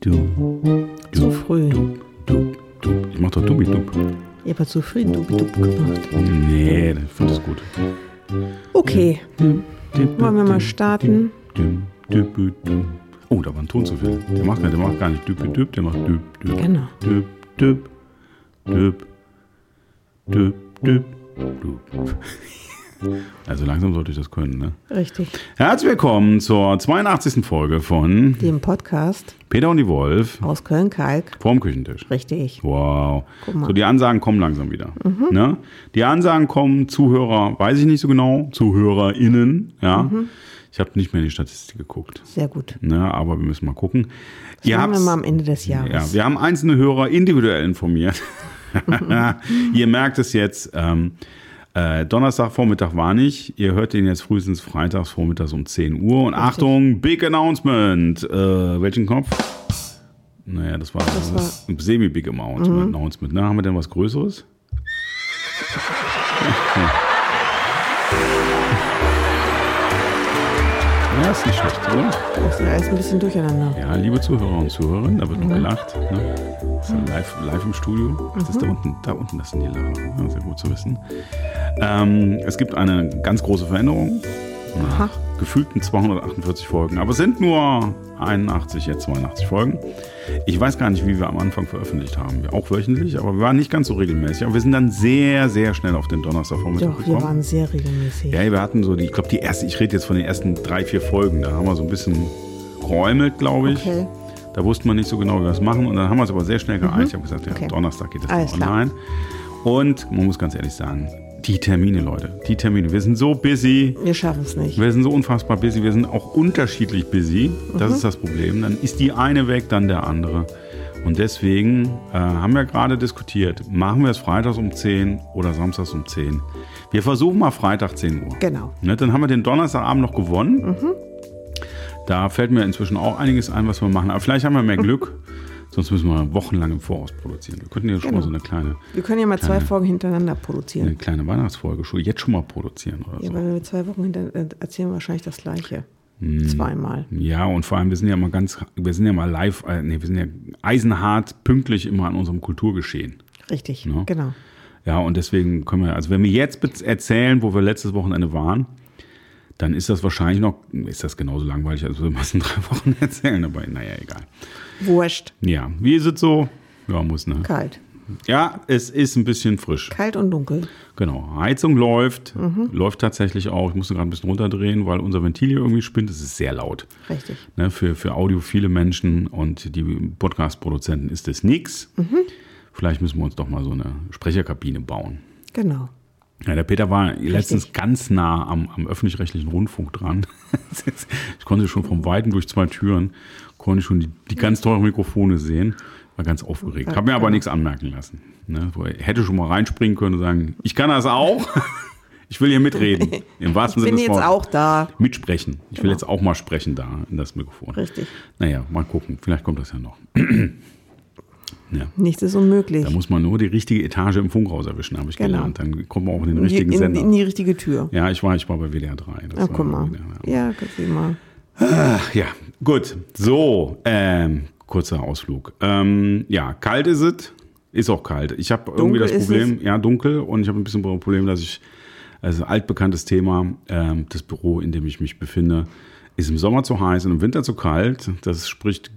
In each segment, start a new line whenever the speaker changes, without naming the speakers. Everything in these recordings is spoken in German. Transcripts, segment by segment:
Zu früh.
Ich mach doch dubi dub.
Ihr habt zu früh Dub-Dub gemacht.
Nee, ich fand das gut.
Okay, wollen wir mal starten?
Oh, da war ein Ton zu viel. Der macht, gar- der macht gar nicht düb, düb, der macht düb, düb.
Genau.
Düb, düb, düb, düb, düb, düb. Also langsam sollte ich das können, ne?
Richtig.
Herzlich willkommen zur 82. Folge von
Dem Podcast
Peter und die Wolf
aus Köln-Kalk.
vorm Küchentisch.
Richtig.
Wow.
Guck mal. Mhm.
So, die Ansagen kommen langsam wieder. Ne? Die Ansagen kommen, Zuhörer, weiß ich nicht so genau, ZuhörerInnen, ja.
Mhm.
Ich habe nicht mehr in die Statistik geguckt.
Sehr gut.
Ne? Aber wir müssen mal gucken. Ihr
Machen wir
habt's-
mal am Ende des
ja,
Jahres.
wir haben einzelne Hörer individuell informiert. ihr merkt es jetzt. Ähm, äh, Donnerstagvormittag war nicht. Ihr hört den jetzt frühestens freitags vormittags um 10 Uhr. Und Achtung, Big Announcement. Äh, welchen Kopf? Naja, das war, Mhm. das
war-
ein semi-big Announcement. Announcement. Na, haben wir denn was Größeres? ja, ist nicht schlecht, oder?
Das ist alles ein bisschen durcheinander.
Ja, liebe Zuhörer und Zuhörerinnen, da wird
Mhm.
noch gelacht. Ne? Ist ja live, live im Studio. Das
Mhm.
ist da unten, da unten, das sind die Lacher. Ja, sehr gut zu wissen. Ähm, es gibt eine ganz große Veränderung.
Aha.
Gefühlten 248 Folgen, aber es sind nur 81, jetzt 82 Folgen. Ich weiß gar nicht, wie wir am Anfang veröffentlicht haben. Wir auch wöchentlich, aber wir waren nicht ganz so regelmäßig. Aber wir sind dann sehr, sehr schnell auf den Donnerstagvormittag
Doch, wir
gekommen.
waren sehr regelmäßig.
Ja, wir hatten so die, ich glaube, die erste, ich rede jetzt von den ersten drei, vier Folgen. Da haben wir so ein bisschen geräumelt, glaube ich.
Okay.
Da wusste man nicht so genau, wie wir das machen. Und dann haben wir es aber sehr schnell geeinigt. Ich habe gesagt, ja,
Mhm. Okay.
Donnerstag geht das
Alles
dann online. Und man muss ganz ehrlich sagen, die Termine, Leute, die Termine. Wir sind so busy.
Wir schaffen es nicht.
Wir sind so unfassbar busy. Wir sind auch unterschiedlich busy.
Mhm.
Das ist das Problem. Dann ist die eine weg, dann der andere. Und deswegen äh, haben wir gerade diskutiert, machen wir es freitags um 10 oder samstags um 10. Wir versuchen mal Freitag 10 Uhr.
Genau. Mhm.
Ne, dann haben wir den Donnerstagabend noch gewonnen. Da fällt mir inzwischen auch einiges ein, was wir machen. Aber vielleicht haben wir mehr
Mhm.
Glück. Sonst müssen wir wochenlang im Voraus produzieren. Wir könnten ja schon mal
Genau.
so eine kleine,
Wir können ja mal zwei Folgen hintereinander produzieren.
eine kleine Weihnachtsfolge schon jetzt schon mal produzieren oder
Ja,
so.
weil wenn wir zwei Wochen hinter äh, erzählen wir wahrscheinlich das Gleiche.
Hm.
Zweimal.
Ja, und vor allem, wir sind ja mal ganz, wir sind ja mal live, äh, nee, wir sind ja eisenhart pünktlich immer an unserem Kulturgeschehen.
Richtig,
Ne?
genau.
Ja, und deswegen können wir, also wenn wir jetzt bez- erzählen, wo wir letztes Wochenende waren, dann ist das wahrscheinlich noch, ist das genauso langweilig, als wenn wir es in drei Wochen erzählen, aber naja, egal.
Wurscht.
Ja, wie ist es so? Ja, muss, ne?
Kalt.
Ja, es ist ein bisschen frisch.
Kalt und dunkel.
Genau. Heizung läuft, läuft tatsächlich auch. Ich musste gerade ein bisschen runterdrehen, weil unser Ventil hier irgendwie spinnt. Es ist sehr laut.
Richtig.
Ne, für, für audiophile Menschen und die Podcast-Produzenten ist das nix. Vielleicht müssen wir uns doch mal so eine Sprecherkabine bauen.
Genau.
Ja, der Peter war letztens ganz nah am, am öffentlich-rechtlichen Rundfunk dran. ich konnte schon vom Weiten durch zwei Türen, konnte schon die, die ganz teuren Mikrofone sehen. War ganz aufgeregt. Hab mir aber nichts anmerken lassen. Ne? wo er Hätte schon mal reinspringen können und sagen, ich kann das auch. Ich will hier mitreden. Im wahrsten
Ich
Sinne
bin
des
jetzt
Wortes.
auch da.
Mitsprechen. Ich will jetzt auch mal sprechen da in das Mikrofon.
Genau. Richtig.
Naja, mal gucken. Vielleicht kommt das ja noch.
Nichts ist unmöglich.
Da muss man nur die richtige Etage im Funkhaus erwischen, habe ich
Genau.
gelernt. Dann kommt man auch in den
in, die-
richtigen
in,
Sender.
in die richtige Tür.
Ja, ich war, ich war bei WDR 3. Das war
Ja, guck mal.
WDR, ja.
Ja, guck sie mal.
Ach ja, gut. So, ähm, kurzer Ausflug. Ähm, ja, kalt ist es. Ist auch kalt. Ich habe irgendwie
Dunkel
das
ist
Problem, ja, dunkel und ich habe ein bisschen ein Problem, dass ich, also ein altbekanntes Thema, ähm, das Büro, in dem ich mich befinde, ist im Sommer zu heiß und im Winter zu kalt. Das spricht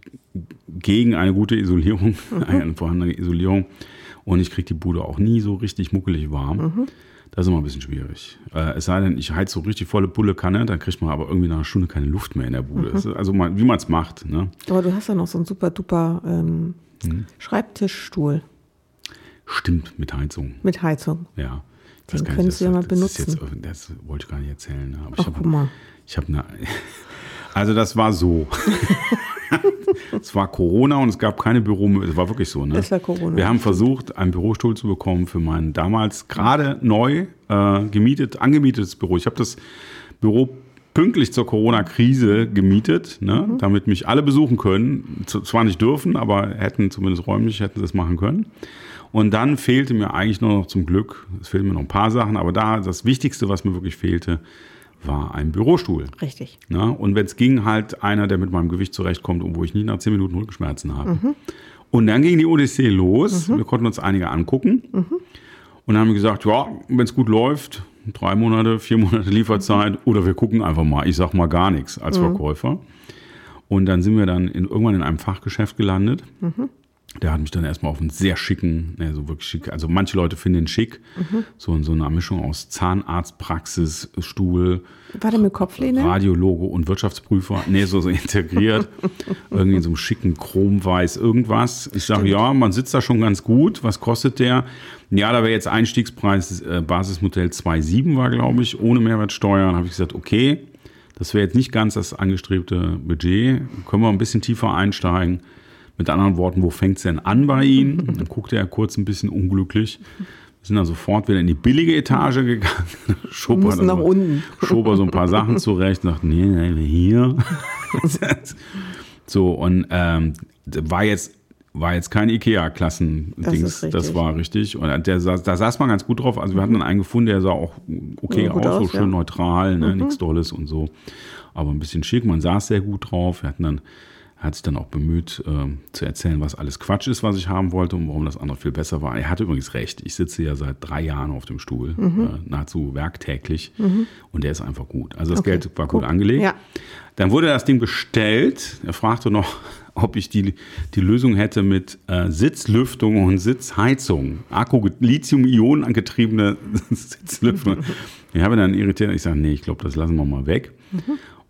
gegen eine gute Isolierung, eine vorhandene Isolierung. Und ich kriege die Bude auch nie so richtig muckelig warm.
Mhm.
Das ist immer ein bisschen schwierig. Äh, es sei denn, ich heiz so richtig volle Pulle Kanne, dann kriegt man aber irgendwie nach einer Stunde keine Luft mehr in der Bude.
Mhm.
Das ist Also mal, wie man es macht. Ne?
Aber du hast ja noch so einen super duper ähm,
Hm.
Schreibtischstuhl
Stimmt, mit Heizung.
mit Heizung.
Ja. Ich
Den
weiß gar
könntest du ja mal
das ist
benutzen.
Jetzt, das wollte ich gar nicht erzählen. ne? Aber
Ach,
ich
guck mal.
habe hab eine. Also, das war so. es war Corona und es gab keine Büro. Es war wirklich so, ne?
Es war Corona.
Wir haben versucht, einen Bürostuhl zu bekommen für mein damals gerade neu äh, gemietet, angemietetes Büro. Ich habe das Büro pünktlich zur Corona-Krise gemietet, ne?
Mhm.
damit mich alle besuchen können. Z- Zwar nicht dürfen, aber hätten zumindest räumlich hätten sie es machen können. Und dann fehlte mir eigentlich nur noch zum Glück, es fehlten mir noch ein paar Sachen, aber da das Wichtigste, was mir wirklich fehlte, war ein Bürostuhl.
Richtig.
Ne? Und wenn es ging, halt einer, der mit meinem Gewicht zurechtkommt und wo ich nie nach 10 Minuten Rückenschmerzen habe. Und dann ging die Odyssee los. Wir konnten uns einige angucken. Und haben gesagt, ja, wenn es gut läuft, drei Monate, vier Monate Lieferzeit oder wir gucken einfach mal. Ich sag mal gar nichts als Verkäufer. Und dann sind wir dann in, irgendwann in einem Fachgeschäft gelandet. Der hat mich dann erstmal auf einen sehr schicken, ne, so wirklich schick. Also manche Leute finden ihn schick. So, so eine Mischung aus Zahnarztpraxis, Stuhl,
War der mit Kopflehne?
Radiologe und Wirtschaftsprüfer, nee, so, so integriert, irgendwie in so einem schicken Chromweiß irgendwas. Ich sage, ja, man sitzt da schon ganz gut, was kostet der? Ja, da wäre jetzt Einstiegspreis, äh, Basismodell 2,7 war, glaube ich, ohne Mehrwertsteuer. Dann habe ich gesagt, okay, das wäre jetzt nicht ganz das angestrebte Budget, können wir ein bisschen tiefer einsteigen. Mit anderen Worten, wo fängt es denn an bei Ihnen? Dann guckte er kurz ein bisschen unglücklich. Wir sind dann sofort wieder in die billige Etage gegangen. Schob
Mussten nach unten.
schob er so ein paar Sachen zurecht und dachte, nee, nee, hier. so, und ähm, war jetzt war jetzt kein Ikea-Klassen-Dings,
Das
das,
ist richtig.
war richtig. Und der saß, da saß man ganz gut drauf. Also wir hatten dann einen gefunden, der sah auch okay
Ja, gut
aus, so
aus,
schön
ja. Mhm.
neutral, ne? nichts Dolles und so. Aber ein bisschen schick, man saß sehr gut drauf. Wir hatten dann, er hat sich dann auch bemüht, ähm, zu erzählen, was alles Quatsch ist, was ich haben wollte und warum das andere viel besser war. Er hatte übrigens recht. Ich sitze ja seit drei Jahren auf dem Stuhl,
Mhm.
äh, nahezu werktäglich. Und der ist einfach gut. Also das
Okay,
Geld war gut
cool.
angelegt.
Ja.
Dann wurde das Ding bestellt. Er fragte noch, ob ich die, die Lösung hätte mit äh, Sitzlüftung und Sitzheizung. Akku, Lithium-Ionen getriebene Sitzlüftung. Ich habe ihn dann irritiert. Ich sage, nee, ich glaube, das lassen wir mal weg.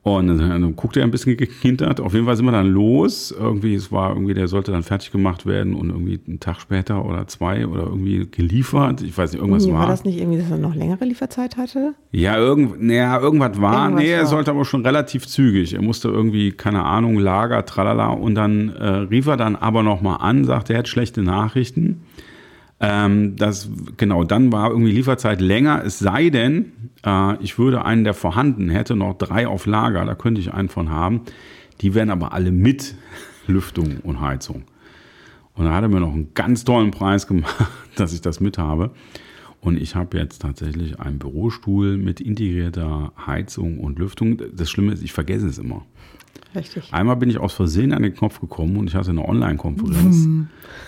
Und dann, dann guckte er ein bisschen gekintert. Auf jeden Fall sind wir dann los. Irgendwie, es war irgendwie, der sollte dann fertig gemacht werden und irgendwie einen Tag später oder zwei oder irgendwie geliefert. Ich weiß nicht, irgendwas
Nee,
war.
war das nicht irgendwie, dass er noch längere Lieferzeit hatte?
Ja, irgend, naja, irgendwas war.
Irgendwas
nee, er
war.
sollte aber schon relativ zügig. Er musste irgendwie, keine Ahnung, Lager, tralala. Und dann äh, rief er dann aber nochmal an, sagte, er hat schlechte Nachrichten. Ähm, das, genau, dann war irgendwie Lieferzeit länger. Es sei denn, äh, ich würde einen der vorhanden, hätte noch drei auf Lager, da könnte ich einen von haben. Die wären aber alle mit Lüftung und Heizung. Und da hat er mir noch einen ganz tollen Preis gemacht, dass ich das mit habe. Und ich habe jetzt tatsächlich einen Bürostuhl mit integrierter Heizung und Lüftung. Das Schlimme ist, ich vergesse es immer.
Richtig.
Einmal bin ich aus Versehen an den Knopf gekommen und ich hatte eine Online-Konferenz.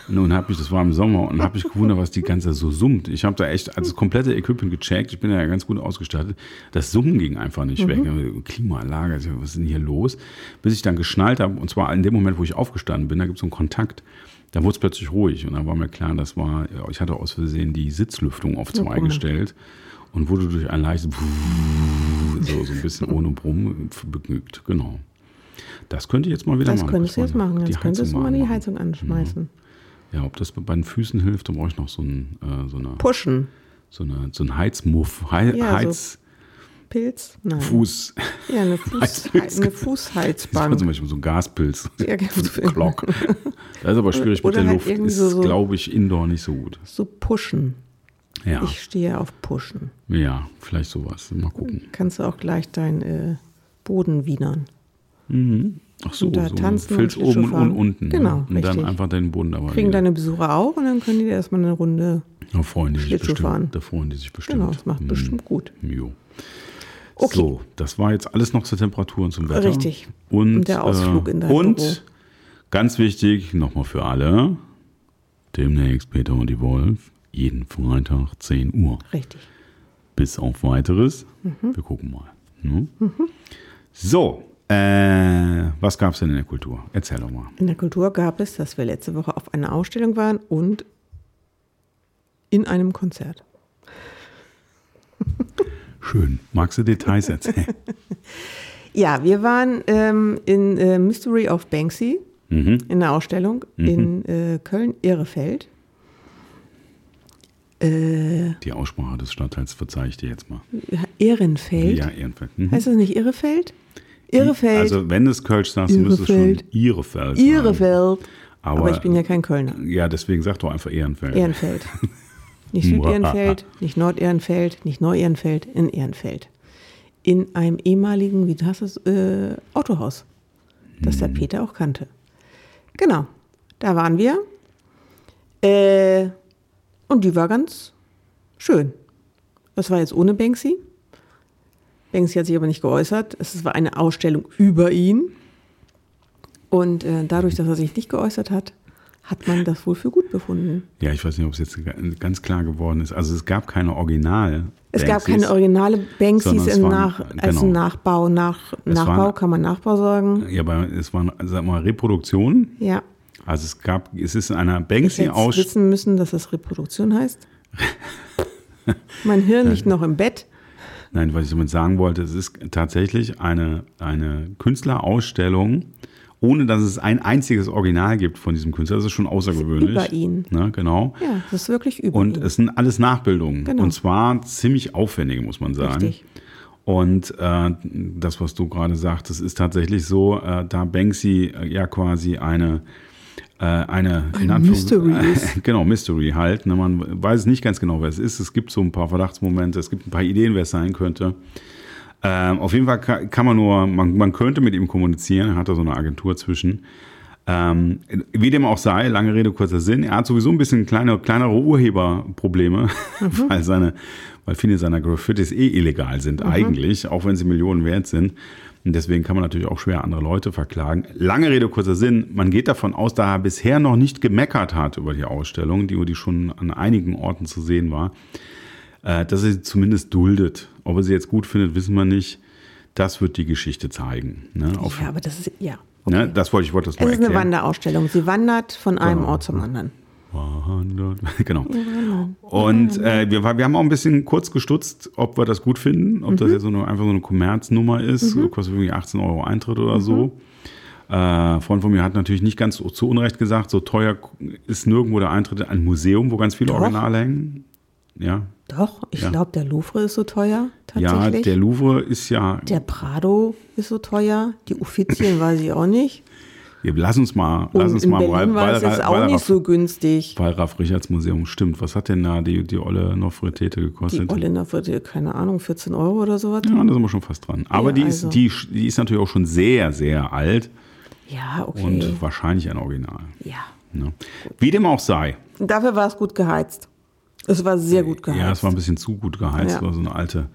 Nun habe ich, das war im Sommer, und habe ich gewundert, was die ganze Zeit so summt. Ich habe da echt also das komplette Equipment gecheckt. Ich bin ja ganz gut ausgestattet. Das Summen ging einfach nicht weg. Klimaanlage, also was ist denn hier los? Bis ich dann geschnallt habe, und zwar in dem Moment, wo ich aufgestanden bin, da gibt es so einen Kontakt. Da wurde es plötzlich ruhig und dann war mir klar, das war, ich hatte aus Versehen die Sitzlüftung auf zwei gestellt und wurde durch ein leichtes so, so ein bisschen ohne Brummen begnügt, genau. Das könnte ich jetzt mal wieder
Das
machen.
könntest du jetzt
Christiane.
machen.
Die
Jetzt könntest du
Heizung
mal die
anmachen. Mhm.
Heizung anschmeißen.
Ja, ob das bei den Füßen hilft, da brauche ich noch so einen, äh, so eine,
Pushen.
so eine, so einen Heizmuff, He
Ja, so
Heizfuß.
Pilz? Nein. Ja, eine, Fuß,
Heizpilz.
eine
Das also war zum
Fußheizbank.
Beispiel so ein Gaspilz.
Ja, genau.
Glock. Das ist aber schwierig mit
Oder
der
halt
Luft.
irgendwie
Ist,
so- so-
glaube ich, indoor nicht so gut.
So pushen.
Ja,
Ich stehe auf pushen.
ja vielleicht sowas. Mal gucken.
Kannst du auch gleich deinen äh, Boden wienern.
Ach so,
Und da
so
tanzen und
Filz
Schlittschuh
oben und,
fahren.
unten. ne?
Genau,
Und dann
richtig.
einfach den Boden dabei.
Kriegen
wieder.
deine Besucher auch und dann können die dir erstmal eine Runde.
da freuen die sich
Schlittschuh
bestimmt.
fahren.
Da freuen die sich bestimmt.
Genau, das macht
Hm.
bestimmt gut.
Jo.
Okay.
So, das war jetzt alles noch zur Temperatur und zum Wetter.
Richtig.
Und,
Und der Ausflug
äh,
in dein
Und
Büro.
ganz wichtig, nochmal für alle, demnächst Peter und die Wolf, jeden Freitag 10 Uhr.
Richtig.
Bis auf weiteres.
Mhm.
Wir gucken mal. Ne? So, äh, was gab es denn in der Kultur? Erzähl doch mal.
In der Kultur gab es, dass wir letzte Woche auf einer Ausstellung waren und in einem Konzert.
Schön. Magst du Details erzählen?
Ja, wir waren ähm, in äh, Mystery of Banksy
mhm.
in einer Ausstellung in äh, Köln-Ehrefeld. Äh,
Die Aussprache des Stadtteils verzeih ich dir jetzt mal.
Ehrenfeld?
Ja, Ehrenfeld. Mhm.
Heißt das nicht Irrefeld? Irrefeld.
Also, wenn du es Kölsch sagst, müsstest du schon Ihrefeld.
Ihrefeld.
sagen.
Irrefeld.
ähm, Aber,
Aber, ich bin ja kein Kölner.
Ja, deswegen sag doch einfach Ehrenfeld.
Ehrenfeld. Nicht Süd-Ehrenfeld, nicht Nord-Ehrenfeld, nicht Neu-Ehrenfeld, in Ehrenfeld. In einem ehemaligen, wie heißt das, äh, Autohaus, das der Peter auch kannte. Genau, da waren wir. Äh, Und die war ganz schön. Das war jetzt ohne Banksy. Banksy hat sich aber nicht geäußert. Es war eine Ausstellung über ihn. Und äh, dadurch, dass er sich nicht geäußert hat, hat man das wohl für gut befunden.
Ja, ich weiß nicht, ob es jetzt ganz klar geworden ist. Also es gab keine Original.
Es gab keine originale Banksys
Sondern es
im
waren-
Nach, als
genau.
Nachbau. Nach, Nachbau
waren-
kann man Nachbau sagen.
Ja, aber es waren, sag mal, Reproduktionen.
Ja.
Also es gab, es ist in einer
Ich hätte
Banksy-Ausstellung.
wissen müssen, dass das Reproduktion heißt. mein Hirn liegt noch im Bett.
Nein, was ich damit sagen wollte, es ist tatsächlich eine, eine Künstlerausstellung, ohne dass es ein einziges Original gibt von diesem Künstler. Das ist schon außergewöhnlich.
Über ihn.
Ne, genau.
Ja, das ist wirklich über
Und
ihn.
es sind alles Nachbildungen.
Genau.
Und zwar ziemlich aufwendige, muss man sagen.
Richtig.
Und äh, das, was du gerade sagtest, ist tatsächlich so, äh, da Banksy äh, ja quasi eine äh, eine in Anführungs-
Mystery ist.
genau, Mystery halt. Ne? Man weiß nicht ganz genau, wer es ist. Es gibt so ein paar Verdachtsmomente, es gibt ein paar Ideen, wer es sein könnte. Ähm, auf jeden Fall ka- kann man nur, man, man könnte mit ihm kommunizieren, er hat da so eine Agentur zwischen. Ähm, wie dem auch sei, lange Rede, kurzer Sinn. Er hat sowieso ein bisschen kleine, kleinere Urheberprobleme,
Mhm.
weil, seine, weil viele seiner Graffitis eh illegal sind eigentlich, auch wenn sie Millionen wert sind. Und deswegen kann man natürlich auch schwer andere Leute verklagen. Lange Rede, kurzer Sinn. Man geht davon aus, da er bisher noch nicht gemeckert hat über die Ausstellung, die, die schon an einigen Orten zu sehen war, äh, dass er sie zumindest duldet. Ob er sie jetzt gut findet, wissen wir nicht. Das wird die Geschichte zeigen. Ne? Auf,
ja, aber das ist, ja.
ne? Das wollte ich wollte das
Es
mal
ist eine
erklären.
Wanderausstellung. Sie wandert von
Genau.
einem Ort zum anderen.
100. Genau. Und äh, wir, war- wir haben auch ein bisschen kurz gestutzt, ob wir das gut finden, ob das
Mhm.
jetzt so eine, einfach so eine Kommerznummer ist. Kostet irgendwie 18 Euro Eintritt oder so.
Mhm.
Äh, ein Freund von mir hat natürlich nicht ganz so- zu Unrecht gesagt, so teuer ist nirgendwo der Eintritt in ein Museum, wo ganz viele
Doch.
Originale hängen. Ja.
Doch, ich
Ja.
glaube, der Louvre ist so teuer.
ja,
Tatsächlich.
der Louvre ist ja.
der Prado ist so teuer. Die Uffizien weiß ich auch nicht.
Wir lassen uns mal,
Und
lass uns
Oh, in
mal
Berlin war es
Wal-
jetzt
Wal-
auch
Wal-
nicht so günstig.
Wallraf Richards Museum, stimmt. Was hat denn da die, die Olle Nofretete
Die
gekostet?
Ollinder würde, keine Ahnung, 14 Euro oder sowas.
Ja, da sind wir schon fast dran. Aber
Ja,
die,
also.
ist, die, die ist natürlich auch schon sehr, sehr alt
Ja, okay.
und wahrscheinlich ein Original.
ja.
Ne? Wie dem auch sei.
Und dafür war es gut geheizt. Es war sehr gut geheizt.
Ja, es war ein bisschen zu gut geheizt.
Ja.
War so eine alte,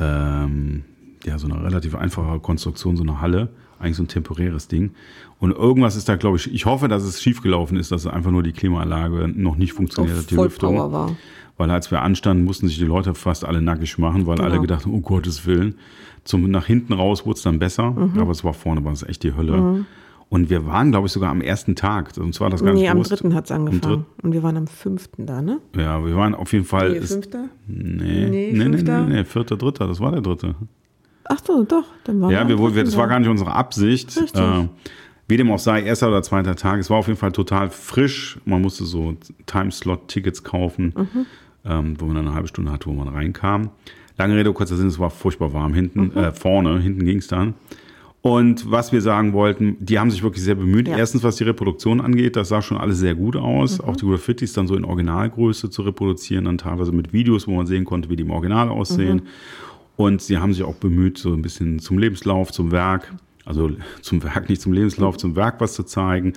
ähm, ja, so eine relativ einfache Konstruktion, so eine Halle. Eigentlich so ein temporäres Ding. Und irgendwas ist da, glaube ich, ich hoffe, dass es schiefgelaufen ist, dass einfach nur die Klimaanlage noch nicht funktioniert
Auf
hat, die Lüftung.
Vollpower war.
Weil als wir anstanden, mussten sich die Leute fast alle nackig machen, weil alle
Genau.
gedacht haben, oh Gottes Willen. Zum, nach hinten raus wurde es dann besser,
Mhm.
aber es war vorne, war es echt die Hölle. Und wir waren, glaube ich, sogar am ersten Tag. Und zwar das gar
Nee,
nicht
am
bewusst.
dritten hat es angefangen.
dritten?
Und wir waren am fünften da, ne?
Ja, wir waren auf jeden Fall.
Nee,
es-
fünfter?
Nee,
Nee,
nee, nee, nee,
fünfter?
nee, vierter, dritter, das war der dritte.
Ach so, doch. Dann waren
Ja,
am
wir, wohl- wir,
dritten
das war
da.
gar nicht unsere Absicht.
Richtig.
Äh, wie dem auch sei, erster oder zweiter Tag. Es war auf jeden Fall total frisch. Man musste so Timeslot-Tickets kaufen,
Mhm.
ähm, wo man dann eine halbe Stunde hatte, wo man reinkam. Lange Rede, kurzer Sinn, es war furchtbar warm hinten,
Mhm.
äh, vorne, hinten ging es dann. Und was wir sagen wollten, die haben sich wirklich sehr bemüht.
Ja. Mhm.
Erstens, was die Reproduktion angeht, das sah schon alles sehr gut aus. Auch die Graffitis dann so in Originalgröße zu reproduzieren, dann teilweise mit Videos, wo man sehen konnte, wie die im Original aussehen.
Mhm.
Und sie haben sich auch bemüht, so ein bisschen zum Lebenslauf, zum Werk, also zum Werk, nicht zum Lebenslauf, zum Werk was zu zeigen.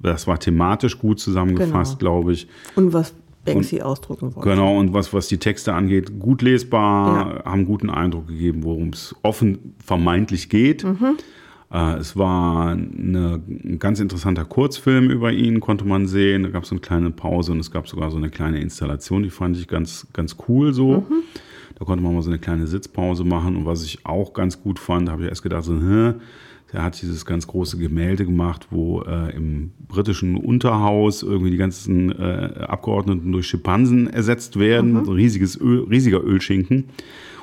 Das war thematisch gut zusammengefasst, glaube ich.
Und was Banksy ausdrucken wollte.
Genau, und was, was die Texte angeht, gut lesbar, haben guten Eindruck gegeben, worum es offen vermeintlich geht. Äh, es war eine, ein ganz interessanter Kurzfilm über ihn, konnte man sehen. Da gab es so eine kleine Pause und es gab sogar so eine kleine Installation, die fand ich ganz, ganz cool so. Da konnte man mal so eine kleine Sitzpause machen. Und was ich auch ganz gut fand, habe ich erst gedacht, so, hä, der hat dieses ganz große Gemälde gemacht, wo äh, im britischen Unterhaus irgendwie die ganzen äh, Abgeordneten durch Schimpansen ersetzt werden. So ein riesiges Öl, riesiger Ölschinken.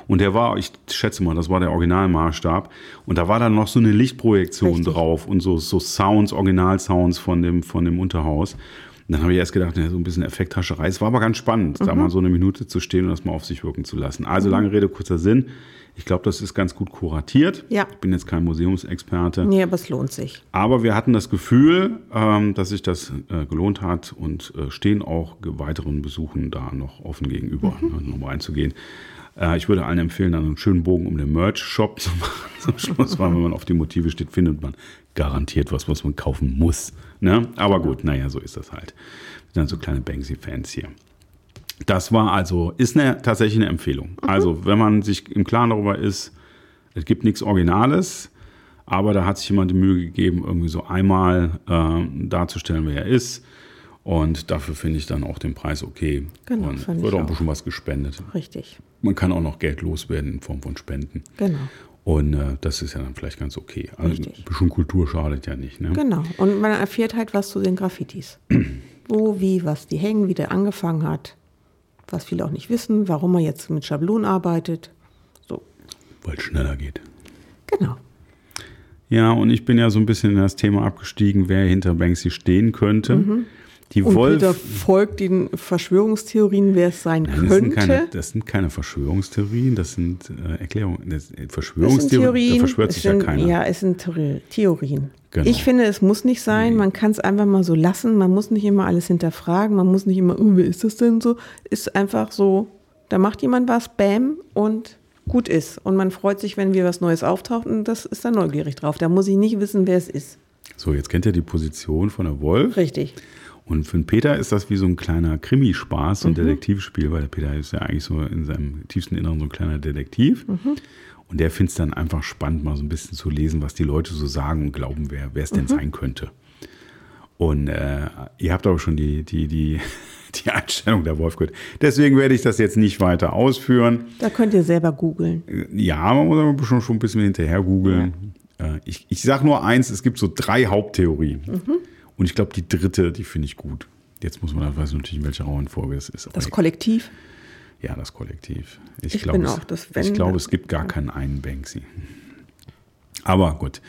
Und der war, ich schätze mal, das war der Originalmaßstab. Und da war dann noch so eine Lichtprojektion
Richtig.
drauf und so, so Sounds, Originalsounds von dem, von dem Unterhaus. Und dann habe ich erst gedacht, na, so ein bisschen Effekthascherei. Es war aber ganz spannend, da mal so eine Minute zu stehen und das mal auf sich wirken zu lassen. Also lange Rede, kurzer Sinn. Ich glaube, das ist ganz gut kuratiert.
Ja.
Ich bin jetzt kein Museumsexperte.
Nee, aber es lohnt sich.
Aber wir hatten das Gefühl, ähm, dass sich das äh, gelohnt hat und äh, stehen auch ge- weiteren Besuchen da noch offen gegenüber, ne, nochmal einzugehen. Äh, ich würde allen empfehlen, dann einen schönen Bogen um den Merch-Shop zu machen. Zum Schluss, weil wenn man auf die Motive steht, findet man garantiert was, was man kaufen muss. Ne? Aber gut, naja, so ist das halt. Wir sind dann so kleine Banksy-Fans hier. Das war also, ist eine, tatsächlich eine Empfehlung.
Mhm.
Also, wenn man sich im Klaren darüber ist, es gibt nichts Originales, aber da hat sich jemand die Mühe gegeben, irgendwie so einmal ähm, darzustellen, wer er ist. Und dafür finde ich dann auch den Preis okay.
Genau,
Und
fand ich
wird auch ein
auch.
bisschen was gespendet.
Richtig,
Man kann auch noch Geld loswerden in Form von Spenden.
genau.
Und äh, das ist ja dann vielleicht ganz okay. Also,
Richtig.
ein bisschen Kultur schadet ja nicht. Ne?
Genau. Und man erfährt halt was zu den Graffitis. Wo, wie, was die hängen, wie der angefangen hat. Was viele auch nicht wissen, warum er jetzt mit Schablonen arbeitet. So,
Weil es schneller geht.
genau.
Ja, und ich bin ja so ein bisschen in das Thema abgestiegen, wer hinter Banksy stehen könnte. Die
Mhm. Und
Wolf.
Peter folgt den Verschwörungstheorien, wer es sein
Nein, das, sind
könnte.
keine, das sind keine Verschwörungstheorien, das sind äh, Erklärungen. Das, äh,
es sind
Verschwörungstheorien,
Theorien.
da verschwört
es
sich
sind,
ja keiner.
Ja, es sind Theori- Theorien.
Genau.
Ich finde, es muss nicht sein. Man kann es einfach mal so lassen. Man muss nicht immer alles hinterfragen. Man muss nicht immer, "Oh, wie ist das denn so? Ist einfach so, da macht jemand was, bam, und gut ist. Und man freut sich, wenn wir was Neues auftaucht und das ist dann neugierig drauf. Da muss ich nicht wissen, wer es ist.
So, jetzt kennt ihr die Position von der Wolf.
Richtig.
Und für den Peter ist das wie so ein kleiner Krimispaß, so ein Detektivspiel, weil der Peter ist ja eigentlich so in seinem tiefsten Inneren so ein kleiner Detektiv. Und der findet es dann einfach spannend, mal so ein bisschen zu lesen, was die Leute so sagen und glauben, wer wer es denn sein könnte. Und äh, ihr habt aber schon die, die, die, die Einstellung der Wolf gehört. Deswegen werde ich das jetzt nicht weiter ausführen.
Da könnt ihr selber googeln.
Ja, man muss aber schon, schon ein bisschen hinterher googeln. Äh, Ich, ich sage nur eins, es gibt so drei Haupttheorien.
Mhm.
Und ich glaube, die dritte, die finde ich gut. Jetzt muss man halt weiß natürlich, in welcher Reihenfolge es ist. Aber
Das Kollektiv.
ja, das Kollektiv. Ich,
Ich
glaube,
bin
es-
auch das Wenn-
ich glaube, es gibt gar keinen einen Banksy. Aber gut,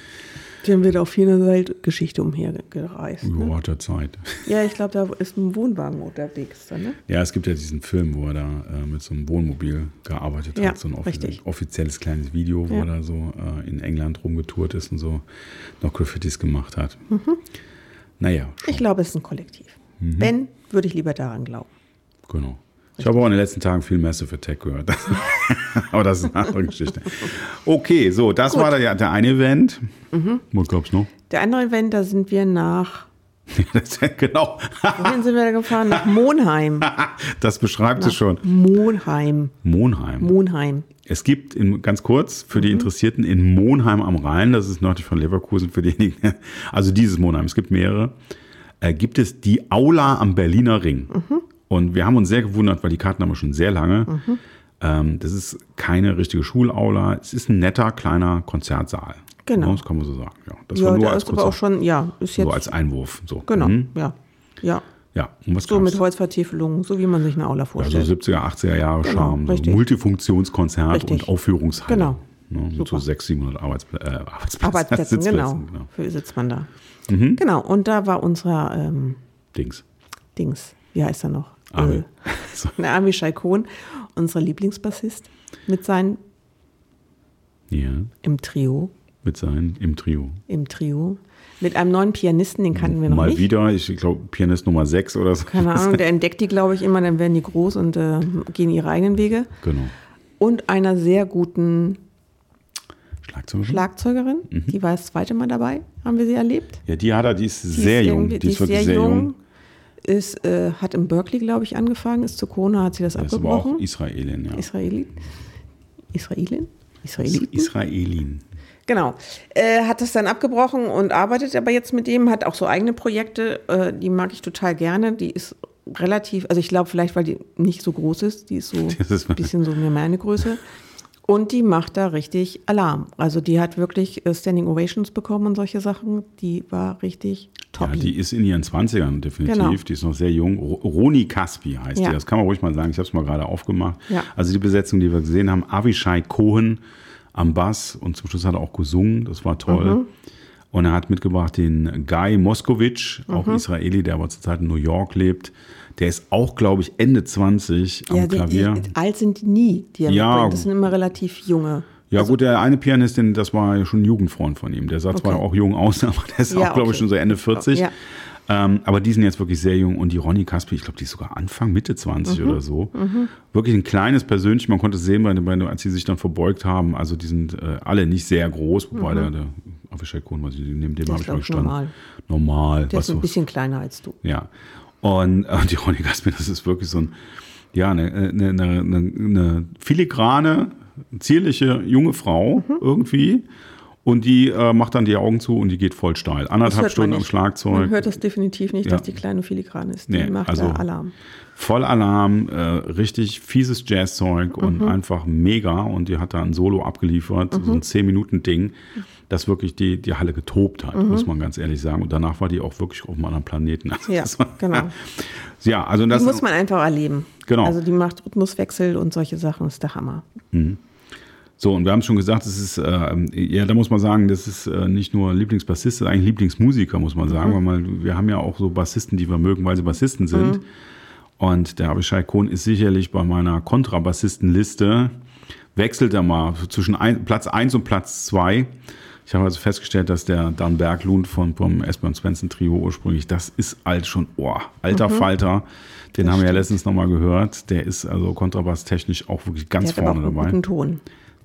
Dem wird auf jeden Weltgeschichte umhergereist.
über
Ne?
Waterzeit.
Ja, ich glaube, da ist ein Wohnwagen unterwegs. dann, Ne?
Ja, es gibt ja diesen Film, wo er da äh, mit so einem Wohnmobil gearbeitet
Ja,
hat. So ein offi
richtig.
offizielles kleines Video, wo
Ja.
er da so äh, in England rumgetourt ist und so noch Graffitis gemacht hat.
Mhm.
Naja, schon.
Ich glaube, es ist ein Kollektiv.
Mhm.
Wenn, würde ich lieber daran glauben.
genau. Ich habe auch in den letzten Tagen viel Massive Attack gehört. Aber das ist eine andere Geschichte. Okay, so, das war der, der eine Event.
Mhm.
Wo gab's noch?
Der andere Event, da sind wir nach,
Das- genau,
wohin sind wir da gefahren? Nach Monheim.
das beschreibt es schon.
Monheim.
Monheim.
Monheim.
Es gibt, in, ganz kurz, für
Mhm.
die Interessierten, in Monheim am Rhein, das ist nördlich von Leverkusen, für diejenigen, also dieses Monheim, es gibt mehrere, äh, gibt es die Aula am Berliner Ring.
Mhm.
Und wir haben uns sehr gewundert, weil die Karten haben wir schon sehr lange. Ähm, das ist keine richtige Schulaula, es ist ein netter, kleiner Konzertsaal.
Genau.
Ja, Das kann man so sagen. Ja, das
Ja,
war nur
da
als,
ist aber auch
kurzer,
schon, ja, ist jetzt,
so als Einwurf. So.
genau,
Mhm.
ja. Ja,
Ja, und was
so
gab's?
mit Holzvertiefelungen, so wie man sich eine Aula
Also
vorstellt.
70er, 80er Jahre
Genau,
Charme, so
richtig.
Multifunktionskonzert
Richtig.
und Aufführungshalle.
Genau.
Ne, mit so
Super.
600, 700 Arbeitspl äh, Arbeitsplätzen.
Arbeitsplätzen,
Sitzplätzen,
genau.
Mhm.
Für sitzt man da. Genau, und da war unser ähm,
Dings.
Dings, wie heißt er noch?
Armin.
Äh,
So,
der Armin Schaikon, unser Lieblingsbassist, mit seinem,
ja,
im Trio,
mit seinen im Trio.
im Trio, mit einem neuen Pianisten, den kannten wir noch
Mal
nicht.
wieder, ich glaube, Pianist Nummer 6 oder so.
Keine Ahnung, der entdeckt die, glaube ich, immer, dann werden die groß und äh, gehen ihre eigenen Wege.
Genau.
Und einer sehr guten
Schlagzeuger.
Schlagzeugerin,
Mhm.
die war das zweite Mal dabei, haben wir sie erlebt.
ja, die hat er, die ist
Die
sehr
ist
jung.
irgendwie-
Die ist wirklich sehr jung.
Ist, äh, hat in Berkeley, glaube ich, angefangen, ist zu Corona, hat sie das
Das ist aber auch
abgebrochen.
Israelin, ja.
Israelit. Israelin? Israeliten?
Israelin.
Genau. Äh, hat das dann abgebrochen und arbeitet aber jetzt mit ihm, hat auch so eigene Projekte, äh, die mag ich total gerne. Die ist relativ, also ich glaube vielleicht, weil die nicht so groß ist, die ist so
Das ist-
ein bisschen so mehr meine Größe. Und die macht da richtig Alarm. Also die hat wirklich äh, Standing Ovations bekommen und solche Sachen. Die war richtig top.
Ja, die ist in ihren 20ern definitiv.
Genau.
Die ist noch sehr jung. Ro- Roni Kaspi heißt
Ja.
die. Das kann man ruhig mal sagen. Ich habe es mal gerade aufgemacht.
Ja.
Also die Besetzung, die wir gesehen haben, Avishai Cohen am Bass und zum Schluss hat er auch gesungen. Das war toll.
Mhm.
Und er hat mitgebracht den Guy Moskowitsch, auch
Mhm.
Israeli, der aber zurzeit in New York lebt. Der ist auch, glaube ich, Ende 20 am
Ja, die,
Klavier.
die, alt sind die nie, die er
Ja.
mitbringt. Das sind immer relativ junge.
Ja, gut, der eine Pianist, den- das war ja schon ein Jugendfreund von ihm. Der sah zwar
Okay.
auch jung aus, aber der ist
Ja,
auch, glaube
okay.
ich, schon so Ende 40.
Ja.
Ähm, aber die sind jetzt wirklich sehr jung und die Ronny Kaspi, ich glaube, die ist sogar Anfang, Mitte 20
Mhm.
oder so. Wirklich ein kleines persönlich, man konnte es sehen, bei, den- bei, den- als sie sich dann verbeugt haben. Also die sind äh, alle nicht sehr groß, wobei der, der Avishai Kohn, was ich, neben dem habe
Mhm.
ich
ist,
mal
glaub ich,
gestanden.
normal.
Normal.
Der
was
ist ein
so-
bisschen kleiner als du.
ja. Und, und die Ronny Gaspin, das ist wirklich so ein, ja, eine, eine, eine, eine, eine filigrane, zierliche junge Frau
Mhm.
irgendwie. Und die äh, macht dann die Augen zu und die geht voll steil. Anderthalb
hört man
Stunden am
nicht.
Schlagzeug.
Man hört das definitiv nicht,
Ja.
dass die kleine filigran ist. Die
Nee,
macht
also-
da Alarm.
Voll Alarm, äh, richtig fieses Jazzzeug
Mhm.
und einfach mega. Und die hat da ein Solo abgeliefert, so ein 10-Minuten-Ding, das wirklich die, die Halle getobt hat, muss man ganz ehrlich sagen. Und danach war die auch wirklich auf einem anderen Planeten. Also
Mhm. Ja,
das war-
genau.
ja, also
Die
das
muss man einfach erleben.
Genau.
Also die macht Rhythmuswechsel und solche Sachen, ist der Hammer.
So, und wir haben schon gesagt, es ist, äh, ja, da muss man sagen, das ist äh, nicht nur Lieblingsbassist, das ist eigentlich Lieblingsmusiker, muss man
Mhm.
sagen, weil man, wir haben ja auch so Bassisten, die wir mögen, weil sie Bassisten sind.
Mhm.
Und der Abishai Kohn ist sicherlich bei meiner Kontrabassistenliste, wechselt er mal zwischen ein, Platz 1 und Platz 2. Ich habe also festgestellt, dass der Dan Berglund von, vom Esbjörn Svensson Trio ursprünglich, das ist alt schon, oh, alter
Mhm.
Falter. Den haben wir ja letztens nochmal gehört. Der ist also kontrabasstechnisch auch wirklich
Die
ganz
hat aber auch
vorne
einen
dabei.
guten Ton.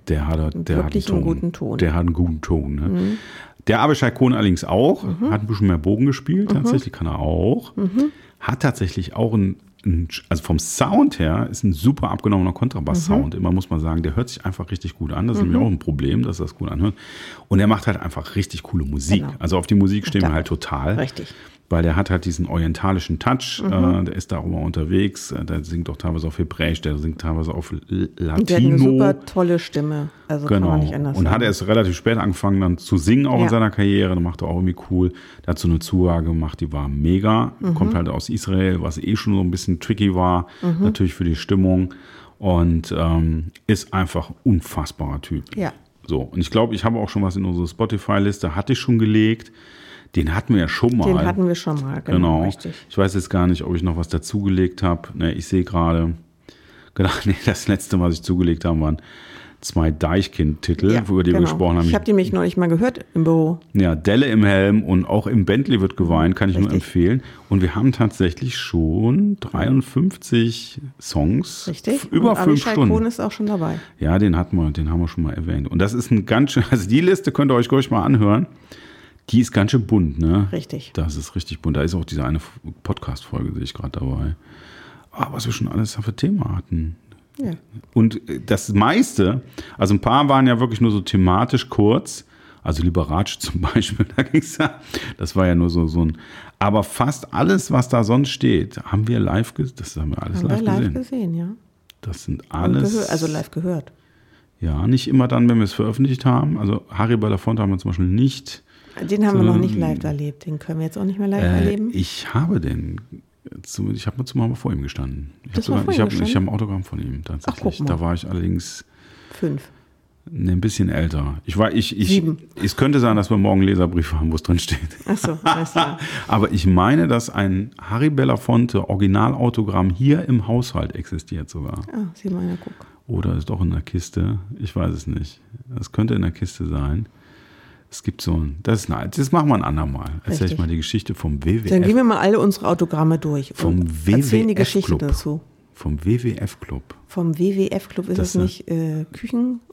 Der hat, der hat einen,
wirklich
Ton.
einen guten Ton. Mhm.
Der hat einen guten Ton. Ne? Der Abishai Kohn allerdings auch. Hat ein bisschen mehr Bogen gespielt.
Mhm.
Tatsächlich kann er auch. Hat tatsächlich auch ein, ein, also vom Sound her ist ein super abgenommener Kontrabass-Sound.
Mhm.
Immer muss man sagen, der hört sich einfach richtig gut an. Das ist nämlich auch ein Problem, dass das gut anhört. Und er macht halt einfach richtig coole Musik.
Genau.
Also auf die Musik stehen wir
Ja.
halt total.
Richtig. Mhm.
Weil der hat halt diesen orientalischen Touch, äh, der ist da auch immer unterwegs, äh, der singt auch teilweise auf Hebräisch, der singt teilweise auf L- Latino.
Und die hat eine super tolle Stimme. Also kann man nicht anders
Genau. Und hat
sagen.
erst relativ spät angefangen dann zu singen, auch in
Ja.
seiner Karriere. Dann macht er auch irgendwie cool. Dazu eine Zusage gemacht, die war mega.
Mhm.
Kommt halt aus Israel, was eh schon so ein bisschen tricky war,
Mhm.
natürlich für die Stimmung. Und ähm, ist einfach unfassbarer Typ.
Ja.
So, und ich glaube, ich habe auch schon was in unsere Spotify-Liste, hatte ich schon gelegt. Den hatten wir ja schon mal.
Den hatten wir schon mal. Genau.
Genau.
Richtig.
Ich weiß jetzt gar nicht, ob ich noch was dazugelegt habe. Ne, ich sehe gerade, genau, nee, das letzte, was ich zugelegt habe, waren zwei Deichkind-Titel, über die
genau.
wir gesprochen haben.
Ich habe die mich neulich mal gehört im Büro.
ja, Delle im Helm und auch im Bentley wird geweint, kann ich nur
Richtig.
empfehlen. Und wir haben tatsächlich schon 53 Songs,
Richtig.
f- über
Und
fünf
Abishai
Stunden.
Kohn ist auch schon dabei.
Ja, den hatten wir, den haben wir schon mal erwähnt. Und das ist ein ganz schön, also die Liste könnt ihr euch ruhig mal anhören. Die ist ganz schön bunt, ne?
Richtig.
Das ist richtig bunt. Da ist auch diese eine F- Podcast-Folge, sehe ich gerade dabei. Ah, was wir schon alles da für Themen hatten.
Ja.
Und äh, das meiste, also ein paar waren ja wirklich nur so thematisch kurz. Also Liberatsch zum Beispiel, da ging's ja, das war ja nur so, so ein. Aber fast alles, was da sonst steht, haben wir live gesehen. Das haben wir alles
Haben wir
live,
live
gesehen.
gesehen, ja.
Das sind
Und
alles.
gehör- Also live gehört.
Ja, nicht immer dann, wenn wir es veröffentlicht haben. Also Harry Belafonte haben wir zum Beispiel nicht.
Den haben wir noch
Sondern-
nicht live erlebt. Den können wir jetzt auch nicht mehr live
Ähm. Äh,
erleben.
ich habe den, äh, zu- ich habe zumal mal vor ihm gestanden. Ich habe
Das war
sogar-
vor
ich
ihm
habe ich
gestanden?
habe ein Autogramm von ihm tatsächlich.
guck mal.
da war ich allerdings
Fünf.
ne, ein bisschen älter. Ich war, ich, ich,
Sieben.
es könnte sein, dass wir morgen einen Leserbrief haben, wo es drin steht.
Achso, alles klar.
Aber ich meine, dass ein Harry Belafonte Originalautogramm hier im Haushalt existiert sogar.
Ah, sieh mal einer, guck.
Oder ist doch in der Kiste. Ich weiß es nicht. Es könnte in der Kiste sein. Es gibt so ein. Das ist eine, das machen wir ein andermal. Erzähl ich
Richtig.
mal die Geschichte vom
Dann gehen
WWF.
wir mal alle unsere Autogramme durch.
Vom
und erzählen die
WWF
Geschichte
Club.
dazu.
Vom WWF-Club.
Vom WWF-Club ist
Das
das,
ist-
nicht äh,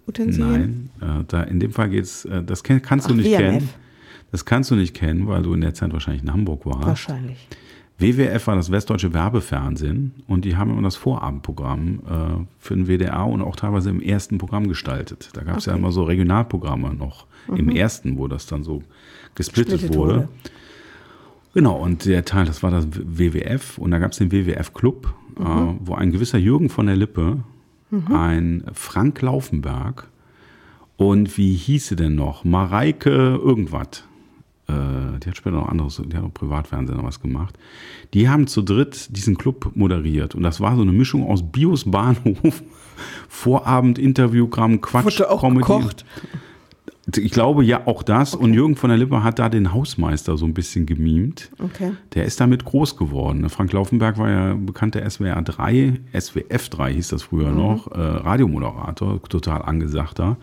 Küchenutensilien?
Nein, äh, da in dem Fall geht's. Äh, das kenn, kannst du
Ach,
nicht
WMF.
kennen. Das kannst du nicht kennen, weil du in der Zeit wahrscheinlich in Hamburg warst.
Wahrscheinlich.
WWF war das Westdeutsche Werbefernsehen und die haben immer das Vorabendprogramm äh, für den WDR und auch teilweise im ersten Programm gestaltet. Da gab es ja immer so Regionalprogramme noch im ersten, wo das dann so gesplittet
Splittet
wurde.
Mhm. wurde.
Genau, und der Teil, das war das WWF und da gab es den WWF-Club,
Mhm.
äh, wo ein gewisser Jürgen von der Lippe, ein Frank Laufenberg und wie hieß sie denn noch? Mareike irgendwas. Äh, die hat später noch anderes, die hat auch Privatfernsehen noch was gemacht. Die haben zu dritt diesen Club moderiert. Und das war so eine Mischung aus Bios Bahnhof, Vorabend, Interviewgramm, Quatsch,
Wurde auch gekocht?
Ich glaube ja auch das. Und Jürgen von der Lippe hat da den Hausmeister so ein bisschen gemimt.
Okay.
Der ist damit groß geworden. Ne, Frank Laufenberg war ja bekannter SWR 3, SWF 3 hieß das früher noch, äh, Radiomoderator, total angesagter.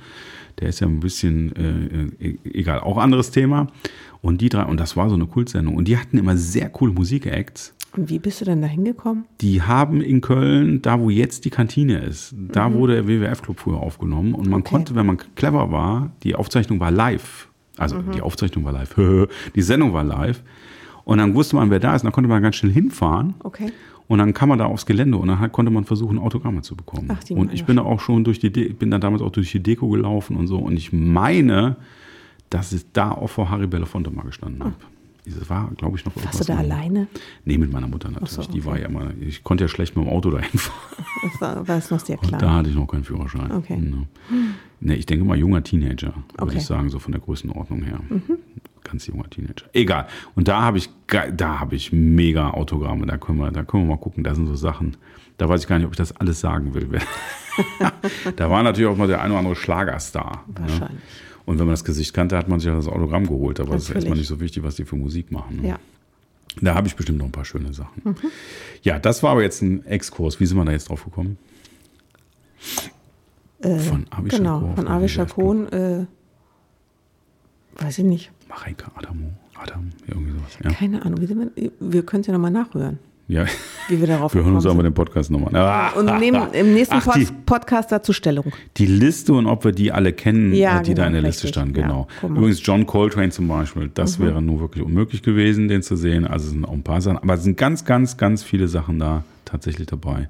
Der ist ja ein bisschen, äh, e- egal, auch anderes Thema. Und die drei, und das war so eine Kultsendung. Und die hatten immer sehr coole Musikacts.
Und wie bist du denn da hingekommen?
Die haben in Köln, da wo jetzt die Kantine ist, da wurde der WWF-Club früher aufgenommen. Und man
Mhm. Okay.
konnte, wenn man clever war, die Aufzeichnung war live. Also
Mhm.
die Aufzeichnung war live, die Sendung war live. Und dann wusste man, wer da ist. Und dann konnte man ganz schnell hinfahren.
Okay.
Und dann kam man da aufs Gelände und dann hat, konnte man versuchen, Autogramme zu bekommen.
Ach, die
und
Mama.
ich bin da auch schon durch die, De bin da damals auch durch die Deko gelaufen und so. Und ich meine, dass ich da auch vor Harry Belafonte mal gestanden habe. Das war, glaube ich, noch irgendwas.
Ah. Warst du da
anderes.
alleine?
Nee, mit meiner Mutter natürlich.
so,
Die war ja immer, ich konnte ja schlecht mit dem Auto dahin fahren.
Das war, war es noch sehr
Und da
klar.
hatte ich noch keinen Führerschein.
Okay.
Ne. Ne, ich denke mal junger Teenager, würde
Okay. Mhm.
ich sagen, so von der Größenordnung her. Ganz junger Teenager. Egal. Und da habe ich, ge- da habe ich mega Autogramme. Da können, wir, da können wir mal gucken. Da sind so Sachen. Da weiß ich gar nicht, ob ich das alles sagen will. da war natürlich auch mal der ein oder andere Schlagerstar. ne?
Wahrscheinlich.
Und wenn man das Gesicht kannte, hat man sich ja das Autogramm geholt. Aber es ist
Natürlich.
erstmal nicht so wichtig, was die für Musik machen. ne?
Ja.
Da habe ich bestimmt noch ein paar schöne Sachen. Ja, das war aber jetzt ein Exkurs. Wie sind wir da jetzt drauf gekommen?
Äh,
Von Avishai
Genau,
Kaur
von
auf
Avisha
Avishai Kaur.
Kohn. Äh, weiß ich nicht.
Mareike Adamo, Adam, irgendwie sowas. Ja,
Keine Ahnung. Wie sind wir wir können es ja nochmal nachhören,
ja.
wie wir darauf
wir hören uns
gekommen
aber den Podcast nochmal. Ah,
Und nehmen im nächsten
Ach, die,
Pod Podcast dazu Stellung.
die Liste und ob wir die alle kennen,
Ja,
äh, die da
genau,
in der Liste
richtig.
standen,
Ja,
genau.
guck mal. Mhm.
Übrigens John Coltrane zum Beispiel, das wäre nur wirklich unmöglich gewesen, den zu sehen. Also es sind auch ein paar Sachen, aber es sind ganz, ganz, ganz viele Sachen da tatsächlich dabei,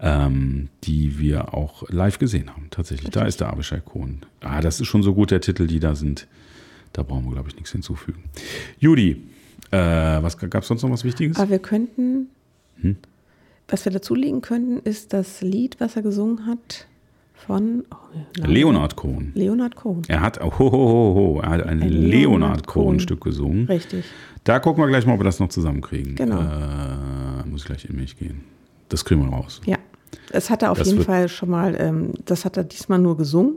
ähm, die wir auch live gesehen haben. Tatsächlich, da ist der Abishai Kohn. Ah, das ist schon so gut, der Titel, die da sind. Da brauchen wir, glaube ich, nichts hinzufügen. Judy, äh, was gab es sonst noch was Wichtiges?
Aber wir könnten,
Hm?
was wir dazulegen könnten, ist das Lied, was er gesungen hat von oh, nein,
Leonard Cohen.
Leonard Cohen.
Er hat, oh, ho, ho, ho, ho, er hat ein,
Leonard
Leonard
Cohen.
Cohen-Stück gesungen.
Richtig.
Da gucken wir gleich mal, ob wir das noch zusammenkriegen.
Genau.
Äh, muss ich gleich in mich gehen. Das kriegen wir raus.
Ja. Das hat er auf
Das
jeden
wird-
Fall schon mal, ähm, das hat er diesmal nur gesungen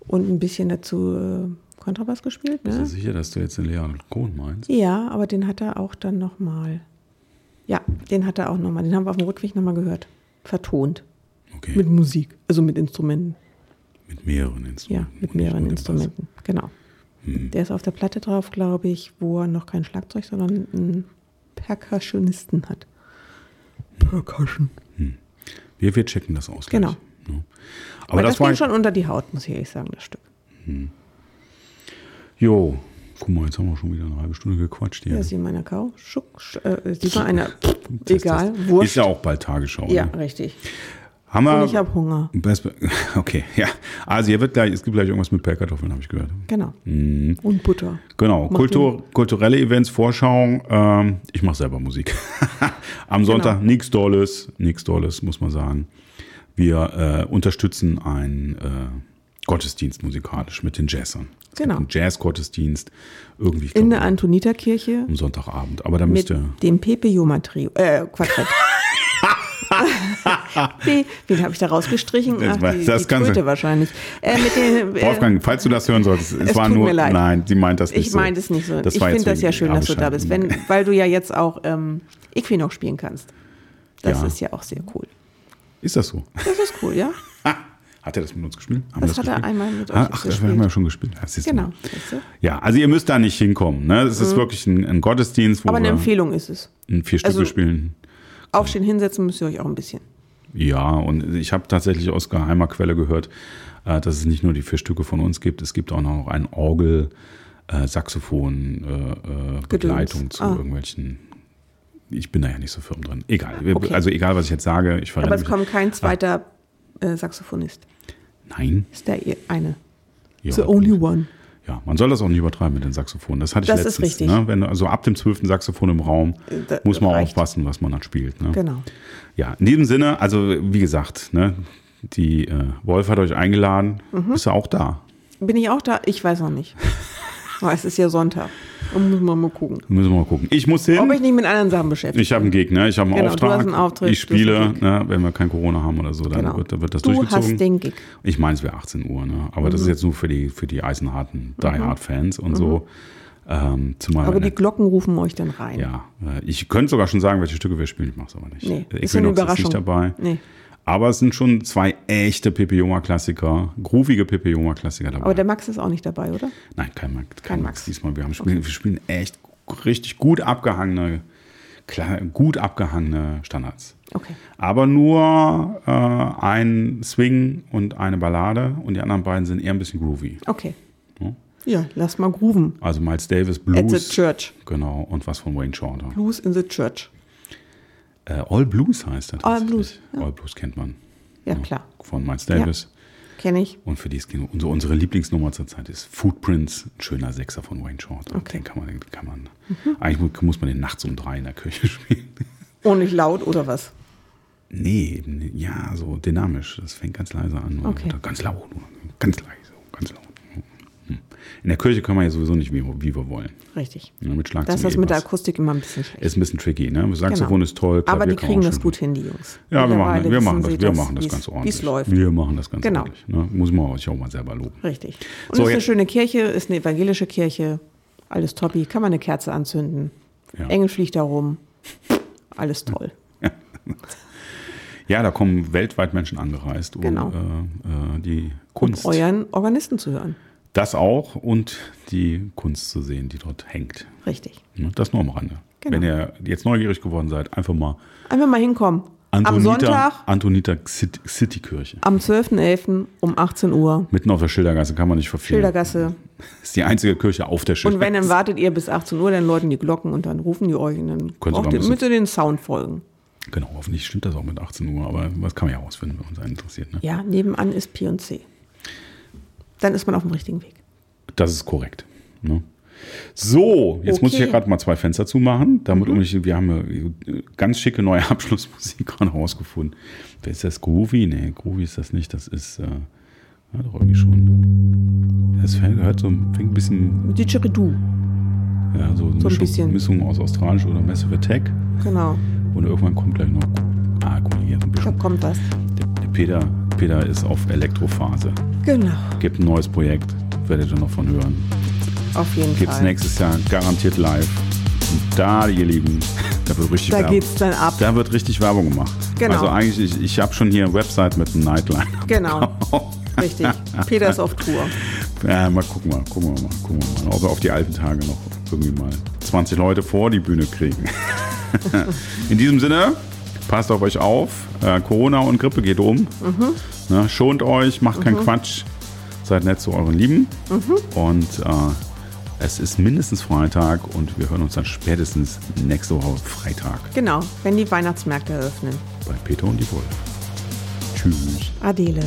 und ein bisschen dazu äh, Kontrabass gespielt.
Bist du
Ne?
sicher, dass du jetzt den Leonard Cohen meinst?
Ja, aber den hat er auch dann nochmal. Ja, den hat er auch nochmal. Den haben wir auf dem Rückweg nochmal gehört. Vertont.
Okay.
Mit
Mit,
Musik, also mit Instrumenten.
mehreren
Ja,
Instrumenten.
mit
und nicht
mehreren
nur dem Bass. Hm.
Instrumenten. Genau. Der ist auf der Platte drauf, glaube ich, wo er noch kein Schlagzeug, sondern einen Percussionisten hat. Percussion.
Wir, wir checken das aus.
Genau.
Gleich. Ja. Aber,
Aber,
das,
das,
war.
ging schon unter die Haut, muss ich ehrlich sagen, das Stück.
Jo, guck mal, jetzt haben wir schon wieder eine halbe Stunde gequatscht hier.
Ja. Sie meiner Kau. Schuck, sch, äh, sie war einer.
Test, test.
egal. Wurscht.
Ist ja auch bald Tagesschau.
ja,
Ne?
richtig.
Haben wir,
Und ich habe Hunger.
Best- Okay, ja. Also hier wird gleich, es gibt gleich irgendwas mit Pellkartoffeln, habe ich gehört.
Genau.
Hm.
Und Butter.
Genau,
Macht
Kultur, kulturelle Events, Vorschau. Ähm, ich mache selber Musik. Am Sonntag
Genau.
nichts Dolles, nichts Dolles, muss man sagen. Wir äh, unterstützen einen äh, Gottesdienst musikalisch mit den Jazzern. Es gibt
Genau.
Einen Jazz-Gottesdienst irgendwie ich
In
glaub,
der Antoniterkirche
am Sonntagabend. Aber da müsst
mit
ihr.
dem Pepe Joma Trio. Äh, Quatsch. Nee, Wen habe ich da rausgestrichen?
Das
Ach,
war-
die,
das
die
Ganze-
Tröte wahrscheinlich. Äh, mit dem, äh,
Wolfgang, falls du das hören solltest, es,
es
war
tut
nur.
mir leid.
Nein, sie meint das nicht
Ich
so.
meine das nicht so. ich
war jetzt
finde das
wegen
ja schön, dass du da
Abendschein.
bist, wenn, weil du ja jetzt auch ähm, Equinox spielen kannst. Das
Ja.
ist ja auch sehr cool.
Ist das so?
Das ist cool, ja?
Ah, Hat er das mit uns gespielt? Haben wir
Das hat er
gespielt?
einmal mit euch
Ah,
jetzt
Ach, das
gespielt.
haben wir schon gespielt. Ja, siehst du
Genau.
mal.
Weißt du?
Ja, also ihr müsst da nicht hinkommen. Ne? Es ist wirklich ein, ein Gottesdienst, wo
Mhm. Aber eine
wir
Empfehlung ist es.
in vier Stücke
also-
spielen.
Aufstehen, hinsetzen müsst ihr euch auch ein bisschen.
Ja, und ich habe tatsächlich aus geheimer Quelle gehört, äh, dass es nicht nur die vier Stücke von uns gibt, es gibt auch noch ein Orgel, äh, Saxophon, äh, äh, Begleitung zu
Ah.
irgendwelchen. Ich bin da ja nicht so firm drin. Egal.
Okay.
Also egal, was ich jetzt sage, ich verrenne
Aber es
mich.
kommt kein zweiter äh, Saxophonist.
Nein.
Ist der ihr- eine.
Ja.
The only one.
ja, man soll das auch nicht übertreiben mit den Saxophonen. Das hatte ich
Das ist
letztens.
richtig.
Ne? Wenn, also ab dem zwölften Saxophon im Raum
Äh, da-
muss man
reicht.
aufpassen, was man dann spielt. Ne?
Genau.
Ja, in diesem Sinne, also wie gesagt, ne, die äh, Wolf hat euch eingeladen.
Mhm.
Ist ja auch da.
Bin ich auch da? Ich weiß noch nicht. Aber es ist ja Sonntag. Und müssen wir mal gucken.
Müssen wir mal gucken. Ich muss hin.
Ob ich
ich
nicht mit anderen Sachen beschäftigt
habe einen Gegner, ich habe einen
Genau, du
Auftrag.
hast einen Auftritt,
ich
du hast
spiele,
einen Gig.
ne, wenn wir kein Corona haben oder so, dann
Genau.
wird, dann wird das
Du
durchgezogen.
hast den Mhm. Gig.
Ich meine, es wäre 18 Uhr, ne? aber das ist jetzt nur für die, für die eisenharten Die Hard-Fans und so. Ähm, zumal
Mhm. Aber
meine-
die Glocken rufen euch dann rein.
ja, äh, ich könnte sogar schon sagen, welche Stücke wir spielen, ich mache es aber nicht.
Nee,
Äh,
ist ja eine
Equinox
Überraschung.
nicht dabei.
Nee.
Aber es sind schon zwei echte Pipioma-Klassiker, groovige Pipioma-Klassiker dabei.
Aber der Max ist auch nicht dabei, oder?
Nein, kein Max. Kein, Max.
Max.
diesmal. Wir, haben spielen, wir spielen echt richtig gut abgehangene, klar, gut abgehangene Standards.
Okay.
Aber nur äh, ein Swing und eine Ballade und die anderen beiden sind eher ein bisschen groovy.
Okay.
Ja.
Ja, lass mal grooven.
Also Miles Davis,
At the
Blues.
Church.
Genau, und was von Wayne Shorter.
Blues in the Church.
Äh, All Blues heißt er.
All
tatsächlich.
Blues, ja.
All Blues kennt man.
Ja, klar.
Von Miles Davis.
Kenne ich.
Und für die es ging, unsere, unsere Lieblingsnummer zurzeit ist Footprints, ein schöner Sechser von Wayne Short. Und
Okay.
den kann man, den kann man eigentlich mu- muss man den nachts um drei in der Küche spielen.
Und nicht laut oder was?
Nee, eben, nicht. ja, so dynamisch. Das fängt ganz leise an. und
Okay.
wird dann Ganz laut. Ganz leise. Ganz laut. Hm. In der Kirche können wir ja sowieso nicht, wie, wie wir wollen.
Richtig.
Ja, mit Schlagzeug.
Das ist das
eh
mit der
was.
Akustik immer ein bisschen schlecht.
ist ein bisschen tricky, ne? Saxophon
Genau.
ist toll.
Aber
Klavier
die
kann
kriegen
auch
das
schön-
gut hin, die Jungs.
Ja, wir machen,
Mittlerweile
wir machen
wissen
das,
sie
wir machen das
wie's-
ganz ordentlich.
Wie es läuft.
Wir machen das ganz
Genau.
ordentlich. Ne? Muss man euch auch mal selber loben.
Richtig.
So,
Und es ist eine
jetzt-
schöne Kirche, ist eine evangelische Kirche. Alles toppi. Kann man eine Kerze anzünden.
Ja.
Engel fliegt da rum. Alles toll.
Ja, da kommen weltweit Menschen angereist, um
Genau.
äh, äh, die Kunst,
Um Euren Organisten zu hören.
das auch und die Kunst zu sehen, die dort hängt.
Richtig.
Ne? Das nur am Rande.
Genau.
Wenn ihr jetzt neugierig geworden seid, einfach mal
Einfach mal hinkommen.
Antonita,
Am Sonntag,
Antonita City, Kirche.
am 12.11. um 18 Uhr.
Mitten auf der Schildergasse kann man nicht verfehlen.
Schildergasse.
Ist die einzige Kirche auf der Schildergasse.
Und wenn, dann wartet ihr bis 18 Uhr, dann läuten die Glocken und dann rufen die euch und dann
Können Sie mal
braucht
ein
ihr,
bisschen-
müsst ihr den Sound folgen.
Genau, hoffentlich stimmt das auch mit 18 Uhr, aber was kann man ja herausfinden, wenn uns einen interessiert. Ne?
Ja, nebenan ist P&C. Dann ist man auf dem richtigen Weg.
Das ist korrekt. Ne? So, jetzt muss ich
Okay. Mhm.
hier gerade mal zwei Fenster zumachen. Damit um mich, wir haben ja äh, ganz schicke neue Abschlussmusik gerade rausgefunden. Wer Ist das Groovy? Nee, Groovy ist das nicht. Das ist äh, ja, doch irgendwie schon. Das fängt- hört so, fängt ein bisschen,
Mit Didgeridoo,
ja, so, eine Mischung,
bisschen.
Mischung aus Australisch oder Massive Attack.
genau.
Und irgendwann kommt gleich noch. Ah, guck mal hier, so ein
Da
bisschen.
kommt das.
Der, der Peter, Peter ist auf Elektrophase.
Genau,
Gibt ein neues Projekt, werdet ihr noch von hören.
auf jeden
Gibt's
Fall.
nächstes Jahr garantiert live. Und da, ihr Lieben, da wird richtig
Da
Werbung.
geht's dann ab.
Da wird richtig Werbung gemacht.
Genau.
Also eigentlich, ich, ich habe schon hier eine Website mit einem Nightline.
Genau, richtig. Peter ist auf Tour.
ja, mal gucken mal, gucken wir mal, gucken wir mal, ob wir auf die alten Tage noch irgendwie mal 20 Leute vor die Bühne kriegen. In diesem Sinne, passt auf euch auf. Äh, Corona und Grippe geht um. Ne, schont euch, macht keinen Quatsch. Seid nett zu euren Lieben. Und äh, es ist mindestens Freitag und wir hören uns dann spätestens nächste Woche Freitag
Genau, wenn die Weihnachtsmärkte eröffnen.
bei Peter und die Wolf. Tschüss.
Adele.